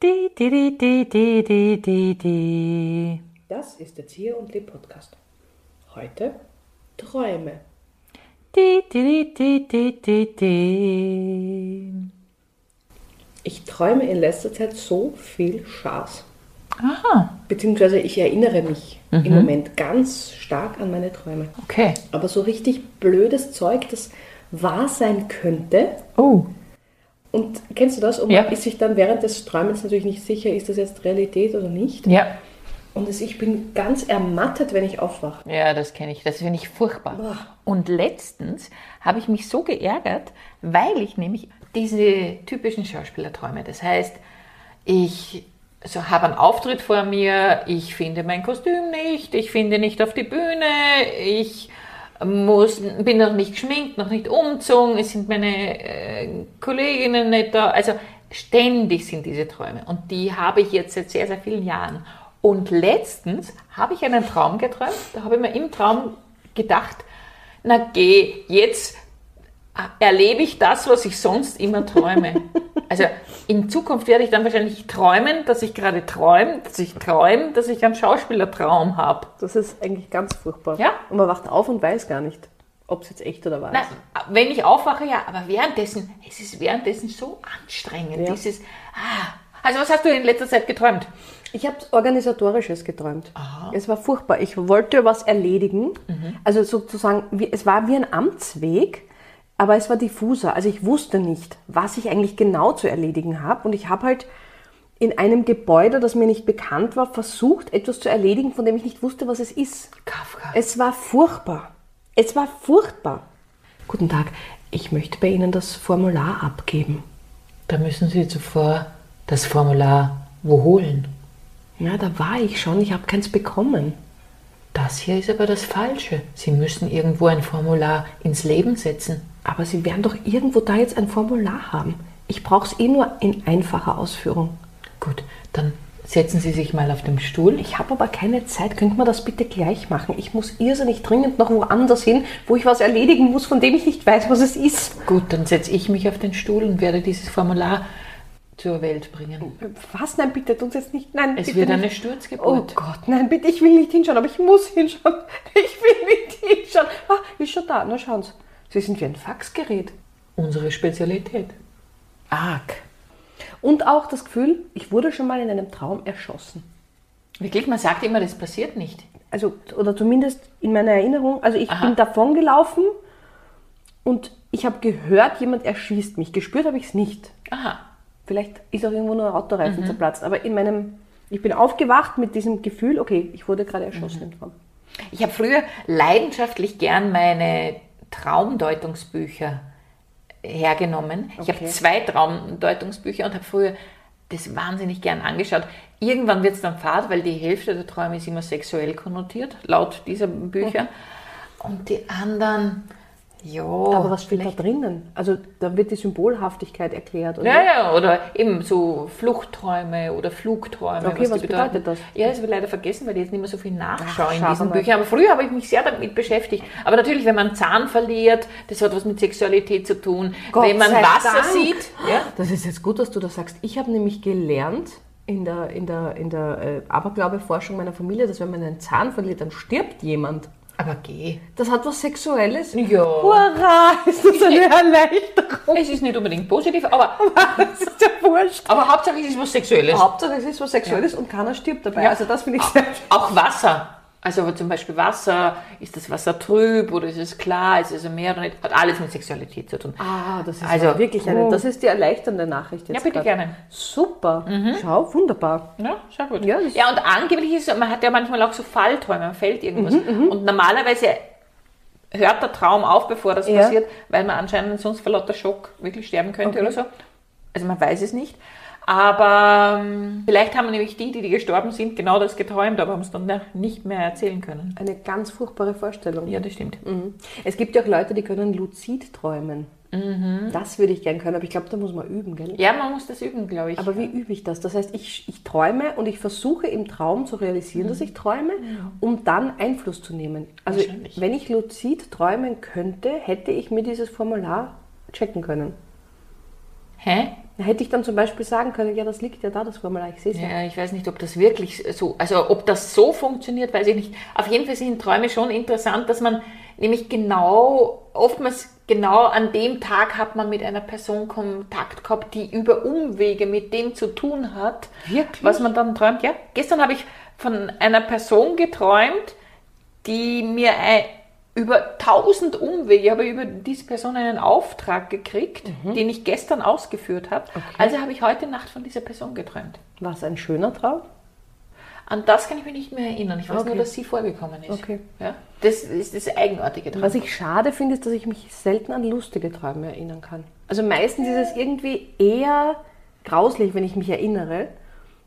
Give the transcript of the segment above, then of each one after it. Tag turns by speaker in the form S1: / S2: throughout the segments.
S1: Di, di, di, di, di, di, di.
S2: Das ist der Zieher und Leb Podcast. Heute Träume.
S1: Di, di, di, di, di, di.
S2: Ich träume in letzter Zeit so viel Schaß.
S1: Aha,
S2: Beziehungsweise ich erinnere mich
S1: Mhm.
S2: im Moment ganz stark an meine Träume.
S1: okay.
S2: Aber so richtig blödes Zeug, das wahr sein könnte.
S1: Oh,
S2: Und kennst du das? Und
S1: Ja.
S2: man ist sich dann während des Träumens natürlich nicht sicher, ist das jetzt Realität oder nicht.
S1: ja.
S2: Und es- ich bin ganz ermattet, wenn ich aufwache.
S1: Ja, das kenne ich. Das finde ich furchtbar.
S2: Boah.
S1: Und letztens habe ich mich so geärgert, weil ich nämlich diese typischen Schauspielerträume, das heißt, ich so habe einen Auftritt vor mir, ich finde mein Kostüm nicht, ich finde nicht auf die Bühne, ich muss, bin noch nicht geschminkt, noch nicht umzogen, es sind meine äh, Kolleginnen nicht da. Also ständig sind diese Träume und die habe ich jetzt seit sehr, sehr vielen Jahren. Und letztens habe ich einen Traum geträumt, da habe ich mir im Traum gedacht, na geh, jetzt erlebe ich das, was ich sonst immer träume. Also in Zukunft werde ich dann wahrscheinlich träumen, dass ich gerade träume, dass ich träume, dass ich einen Schauspielertraum habe.
S2: Das ist eigentlich ganz furchtbar.
S1: Ja.
S2: Und man wacht auf und weiß gar nicht, ob es jetzt echt oder wahr
S1: Nein,
S2: ist.
S1: wenn ich aufwache, ja, aber währenddessen, es ist währenddessen so anstrengend,
S2: Ja.
S1: dieses, ah, also was hast du in letzter Zeit geträumt?
S2: Ich habe organisatorisches geträumt. Es war furchtbar. Ich wollte was erledigen. Also sozusagen, wie, es war wie ein Amtsweg, aber es war diffuser. Also ich wusste nicht, was ich eigentlich genau zu erledigen habe. Und ich habe halt in einem Gebäude, das mir nicht bekannt war, versucht, etwas zu erledigen, von dem ich nicht wusste, was es ist.
S1: Kafka.
S2: Es war furchtbar. Es war furchtbar. Guten Tag. Ich möchte bei Ihnen das Formular abgeben.
S1: Da müssen Sie zuvor das Formular wo holen.
S2: Ja, da war ich schon. Ich habe keins bekommen.
S1: Das hier ist aber das Falsche. Sie müssen irgendwo ein Formular ins Leben setzen.
S2: Aber Sie werden doch irgendwo da jetzt ein Formular haben. Ich brauche es eh nur in einfacher Ausführung.
S1: Gut, dann setzen Sie sich mal auf dem Stuhl.
S2: Ich habe aber keine Zeit. Könnten wir das bitte gleich machen? Ich muss irrsinnig dringend noch woanders hin, wo ich was erledigen muss, von dem ich nicht weiß, was es ist.
S1: Gut, dann setze ich mich auf den Stuhl und werde dieses Formular zur Welt bringen.
S2: Was? Nein, bitte, tun Sie jetzt nicht. Nein,
S1: Es
S2: bitte
S1: wird
S2: nicht.
S1: eine Sturzgeburt.
S2: Oh Gott, nein, bitte, ich will nicht hinschauen, aber ich muss hinschauen. Ich will nicht hinschauen. Ah, ist schon da. Na, schauen Sie. Sie sind wie ein Faxgerät.
S1: Unsere Spezialität.
S2: Arg. Und auch das Gefühl, ich wurde schon mal in einem Traum erschossen.
S1: Wirklich, man sagt immer, das passiert nicht.
S2: also oder zumindest in meiner Erinnerung, also ich
S1: Aha.
S2: bin davon gelaufen und ich habe gehört, jemand erschießt mich. Gespürt habe ich es nicht.
S1: Aha.
S2: Vielleicht ist auch irgendwo nur ein
S1: Mhm.
S2: Autoreifen zerplatzt, aber in meinem ich bin aufgewacht mit diesem Gefühl, okay, ich wurde gerade
S1: Mhm.
S2: erschossen im Traum.
S1: Ich habe früher leidenschaftlich gern meine Traumdeutungsbücher hergenommen. Ich habe
S2: Okay.
S1: zwei Traumdeutungsbücher und habe früher das wahnsinnig gern angeschaut. Irgendwann wird es dann fad, weil die Hälfte der Träume ist immer sexuell konnotiert, laut dieser Bücher. Und die anderen, ja.
S2: aber was steht da drinnen? Also da wird die Symbolhaftigkeit erklärt. Oder?
S1: Ja, ja, oder eben so Fluchtträume oder Flugträume.
S2: Okay, was bedeutet das?
S1: Ja, das habe ich leider vergessen, weil ich jetzt nicht mehr so viel nachschaue
S2: Ach,
S1: in
S2: schade
S1: diesen
S2: mal.
S1: Büchern. Aber früher habe ich mich sehr damit beschäftigt. Aber natürlich, wenn man einen Zahn verliert, das hat was mit Sexualität zu tun.
S2: Gott
S1: wenn man
S2: sei
S1: Wasser
S2: Dank.
S1: sieht, ja,
S2: Das ist jetzt gut, dass du das sagst. Ich habe nämlich gelernt in der, in der, in der äh, Aberglaube-Forschung meiner Familie, dass wenn man einen Zahn verliert, dann stirbt jemand.
S1: aber geh.
S2: Das hat was Sexuelles.
S1: Ja.
S2: Hurra! Ist das eine Erleichterung?
S1: Es ist nicht unbedingt positiv, aber,
S2: Das ist ja wurscht.
S1: aber Hauptsache es ist was Sexuelles.
S2: Hauptsache, es ist was Sexuelles und keiner stirbt dabei. Also das finde ich sehr
S1: Auch Wasser. Also aber zum Beispiel Wasser, ist das Wasser trüb oder ist es klar, ist es im Meer oder nicht, hat alles mit Sexualität zu tun.
S2: Ah, das ist Oh.
S1: Also-
S2: wirklich eine, das ist die erleichternde Nachricht jetzt
S1: Ja, bitte
S2: gerade.
S1: gerne.
S2: Super. Schau, wunderbar.
S1: Ja, sehr gut.
S2: Ja,
S1: Ja,
S2: das-
S1: und angeblich ist, man hat ja manchmal auch so Fallträume, man fällt irgendwas.
S2: Mhm,
S1: und normalerweise hört der Traum auf, bevor das
S2: Ja.
S1: passiert, weil man anscheinend sonst vor lauter Schock wirklich sterben könnte oder so. Also man weiß es nicht. Aber ähm, vielleicht haben nämlich die, die, die gestorben sind, genau das geträumt, aber haben es dann nach- nicht mehr erzählen können.
S2: Eine ganz furchtbare Vorstellung.
S1: Ja, das stimmt.
S2: Mhm. Es gibt ja auch Leute, die können luzid träumen. Das würde ich gern können, aber ich glaube, da muss man üben, gell?
S1: Ja, man muss das üben, glaube ich.
S2: Aber wie übe ich das? Das heißt, ich, ich träume und ich versuche im Traum zu realisieren,
S1: Mhm.
S2: dass ich träume, um dann Einfluss zu nehmen. Also
S1: Wahrscheinlich.
S2: wenn ich luzid träumen könnte, hätte ich mir dieses Formular checken können.
S1: Hä?
S2: Da hätte ich dann zum Beispiel sagen können, ja, das liegt ja da, das Formular, ich sehe es ja.
S1: Ja, ich weiß nicht, ob das wirklich so, also ob das so funktioniert, weiß ich nicht. Auf jeden Fall sind Träume schon interessant, dass man nämlich genau, oftmals genau an dem Tag hat man mit einer Person Kontakt gehabt, die über Umwege mit dem zu tun hat,
S2: Wirklich?
S1: was man dann träumt. Ja, gestern habe ich von einer Person geträumt, die mir ein, über tausend Umwege, habe ich über diese Person einen Auftrag gekriegt, den ich gestern ausgeführt habe. Also habe ich heute Nacht von dieser Person geträumt.
S2: War es ein schöner Traum?
S1: An das kann ich mich nicht mehr erinnern. Ich weiß
S2: Okay.
S1: nur, dass sie vorgekommen ist.
S2: Okay.
S1: Ja? Das ist das eigenartige Traum.
S2: Was ich schade finde, ist, dass ich mich selten an lustige Träume erinnern kann. Also meistens ist es irgendwie eher grauslich, wenn ich mich erinnere.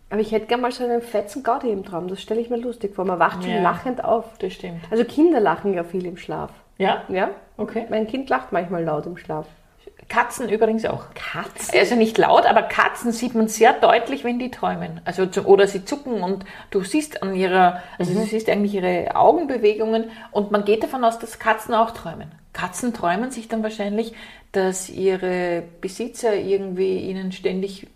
S2: Aber ich hätte gerne mal so einen fetzen Gaudi im Traum. Das stelle ich mir lustig vor. Man wacht schon
S1: Ja.
S2: lachend auf.
S1: Das stimmt.
S2: Also Kinder lachen ja viel im Schlaf.
S1: Ja?
S2: Ja?
S1: Okay.
S2: Mein Kind lacht manchmal laut im Schlaf.
S1: Katzen übrigens auch.
S2: Katzen?
S1: Also nicht laut, aber Katzen sieht man sehr deutlich, wenn die träumen. Also zu, oder sie zucken und du siehst an ihrer, also du siehst eigentlich ihre Augenbewegungen und man geht davon aus, dass Katzen auch träumen. Katzen träumen sich dann wahrscheinlich, dass ihre Besitzer irgendwie ihnen ständig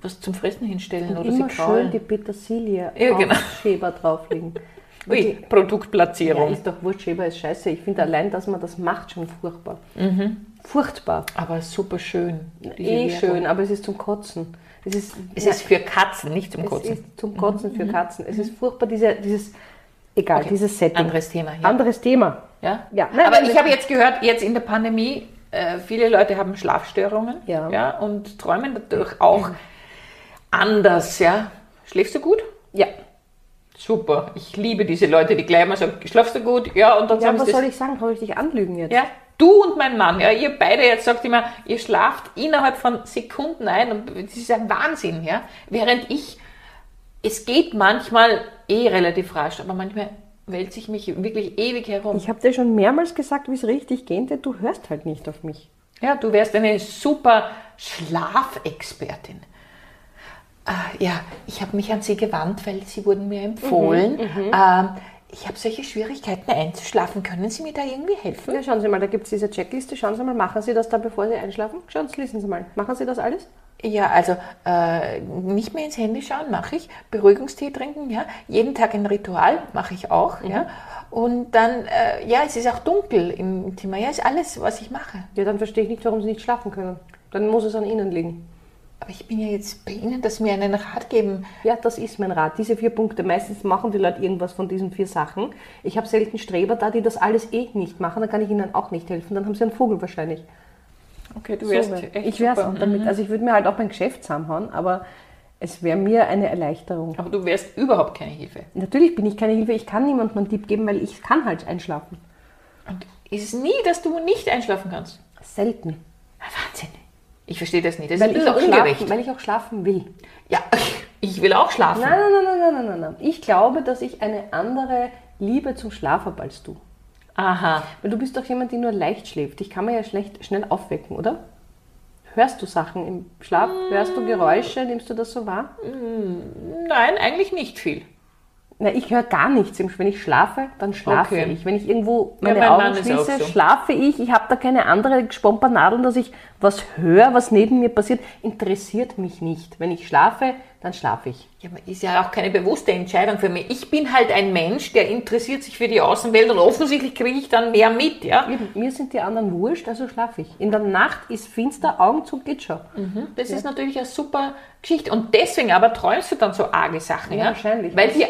S1: was zum Fressen hinstellen oder sie
S2: Immer schön
S1: kraulen.
S2: die Petersilie
S1: Ja,
S2: auf
S1: genau.
S2: Schäber drauflegen.
S1: Ui,
S2: Ja,
S1: Produktplatzierung.
S2: ist doch wurscht, Schäber ist scheiße. Ich finde allein, dass man das macht, schon furchtbar. Furchtbar.
S1: aber super schön. diese
S2: Mhm. Eh
S1: Werbung.
S2: schön, aber es ist zum Kotzen. Es ist,
S1: Es ist für Katzen, nicht zum Kotzen. Mhm.
S2: Es ist zum Kotzen für Katzen. Es ist furchtbar, diese, dieses, egal, dieses Setting.
S1: Anderes Thema. Ja.
S2: Anderes Thema.
S1: Ja?
S2: Ja. Nein,
S1: Aber
S2: nein,
S1: ich
S2: nein.
S1: habe jetzt gehört, jetzt in der Pandemie, äh, viele Leute haben Schlafstörungen
S2: Ja.
S1: und träumen dadurch auch anders. Ja? Schläfst du gut?
S2: Ja.
S1: Super. Ich liebe diese Leute, die gleich mal sagen, schlafst du gut? Ja, und dann
S2: ja
S1: sagen
S2: was
S1: sie,
S2: soll
S1: das-
S2: ich sagen? Soll ich dich anlügen jetzt?
S1: ja, du und mein Mann, ja, ihr beide jetzt sagt immer, ihr schlaft innerhalb von Sekunden ein und das ist ein Wahnsinn, ja. Während ich, es geht manchmal eh relativ rasch, aber manchmal wälze ich mich wirklich ewig herum.
S2: Ich habe dir schon mehrmals gesagt, wie es richtig gehen wird. Du hörst halt nicht auf mich.
S1: Ja, du wärst eine super Schlafexpertin. Ah, ja, ich habe mich an sie gewandt, weil sie wurden mir empfohlen. Ähm, ich habe solche Schwierigkeiten einzuschlafen. Können Sie mir da irgendwie helfen?
S2: Ja, schauen Sie mal, da gibt es diese Checkliste. Schauen Sie mal, machen Sie das da, bevor Sie einschlafen? Schauen Sie, lesen Sie mal. Machen Sie das alles?
S1: Ja, also äh, nicht mehr ins Handy schauen mache ich, Beruhigungstee trinken, ja, jeden Tag ein Ritual mache ich auch, ja. Und dann, äh, ja, es ist auch dunkel im Zimmer. Ja, ist alles, was ich mache.
S2: Ja, dann verstehe ich nicht, warum Sie nicht schlafen können. Dann muss es an Ihnen liegen.
S1: Aber ich bin ja jetzt bei Ihnen, dass Sie mir einen Rat geben.
S2: Ja, das ist mein Rat. Diese vier Punkte. Meistens machen die Leute irgendwas von diesen vier Sachen. Ich habe selten Streber da, die das alles eh nicht machen. Dann kann ich ihnen auch nicht helfen. Dann haben sie einen Vogel wahrscheinlich.
S1: Okay, du
S2: So wär- ich wär's damit. Also ich würde mir halt auch mein Geschäft zusammenhauen, aber es wäre mir eine Erleichterung.
S1: Aber du wärst überhaupt keine Hilfe.
S2: Natürlich bin ich keine Hilfe. Ich kann niemandem einen Tipp geben, weil ich kann halt einschlafen.
S1: Und ist es nie, dass du nicht einschlafen kannst?
S2: Selten.
S1: Wahnsinn. Ich verstehe das nicht. Das
S2: Weil
S1: ist ein
S2: ich,
S1: bisschen
S2: auch
S1: ungerecht.
S2: schlafen, weil ich auch schlafen will.
S1: Ja, ich will auch schlafen.
S2: Nein, nein, nein, nein, nein, nein, nein. Ich glaube, dass ich eine andere Liebe zum Schlaf habe als du.
S1: Aha.
S2: Weil du bist doch jemand, die nur leicht schläft. Ich kann mir ja schlecht schnell aufwecken, oder? Hörst du Sachen im Schlaf? Hörst du Geräusche? Nimmst du das so wahr?
S1: Nein, eigentlich nicht viel.
S2: Na, ich höre gar nichts. Wenn ich schlafe, dann schlafe
S1: Okay.
S2: ich. Wenn ich irgendwo meine
S1: mein Mann
S2: Augen
S1: ist auch
S2: schließe,
S1: so.
S2: schlafe ich. Ich habe da keine andere Spompanadel, dass ich was höre, was neben mir passiert. Interessiert mich nicht. Wenn ich schlafe, dann schlafe ich.
S1: Ja, aber ist ja auch keine bewusste Entscheidung für mich. Ich bin halt ein Mensch, der interessiert sich für die Außenwelt und offensichtlich kriege ich dann mehr mit, ja?
S2: Eben, mir sind die anderen wurscht, also schlafe ich. In der Nacht ist finster, Augen zu, geht schon.
S1: Das ist natürlich eine super Geschichte. Und deswegen aber träumst du dann so arge Sachen, ja?
S2: Ja, wahrscheinlich.
S1: Weil dir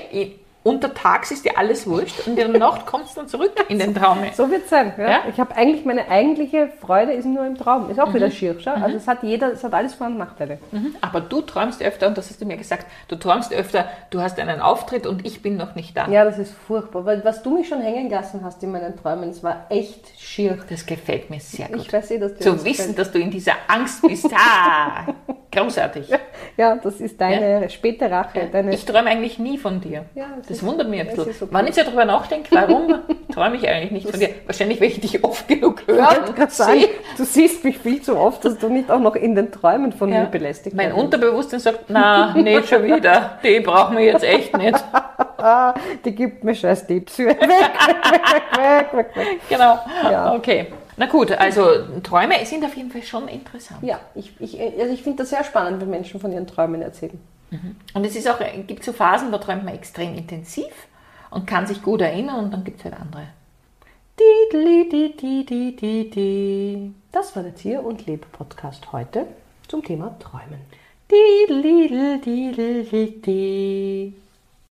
S1: untertags ist dir alles wurscht und in der Nacht kommst du dann zurück in den Traum.
S2: So wird es sein. Ja?
S1: Ja?
S2: Ich habe eigentlich meine eigentliche Freude ist nur im Traum. Ist auch
S1: Mhm.
S2: wieder schier. Schau? Also es hat jeder, es hat alles Vor- und Nachteile.
S1: Aber du träumst öfter, und das hast du mir gesagt, du träumst öfter, du hast einen Auftritt und ich bin noch nicht da.
S2: Ja, das ist furchtbar. Weil was du mich schon hängen gelassen hast in meinen Träumen, es war echt schier.
S1: Das gefällt mir sehr gut.
S2: Ich weiß eh, dass dir
S1: Zu
S2: das
S1: wissen,
S2: gefällt.
S1: dass du in dieser Angst bist. Ah, großartig.
S2: Ja, das ist deine späte Rache. Deine
S1: Ich träume eigentlich nie von dir.
S2: Ja, es
S1: das
S2: ist-
S1: wundert mich ein
S2: es
S1: bisschen.
S2: ist okay.
S1: Wenn ich so drüber nachdenke, warum träume ich eigentlich nicht von dir? Wahrscheinlich, weil ich dich oft genug
S2: Ich
S1: höre
S2: wollte
S1: und
S2: gerade sagen,
S1: sehe.
S2: du siehst mich viel zu oft, dass du nicht auch noch in den Träumen von mir
S1: Ja.
S2: belästigt
S1: Mein
S2: werden.
S1: Unterbewusstsein sagt, na, nicht schon wieder. Die brauchen wir jetzt echt nicht.
S2: Ah, die gibt mir scheiß Tipps. Weg, weg, weg, weg, weg, weg.
S1: Genau.
S2: Ja.
S1: Okay. Na gut, also Träume sind auf jeden Fall schon interessant.
S2: Ja, ich, ich, also ich finde das sehr spannend, wenn Menschen von ihren Träumen erzählen.
S1: Und es ist auch, äh, gibt so Phasen, da träumt man extrem intensiv und kann sich gut erinnern und dann gibt es halt andere.
S2: Di, di, di, di, di, di. Das war der Tier- und Leb-Podcast heute zum Thema Träumen.
S1: Diddle, diddle, diddle, diddle.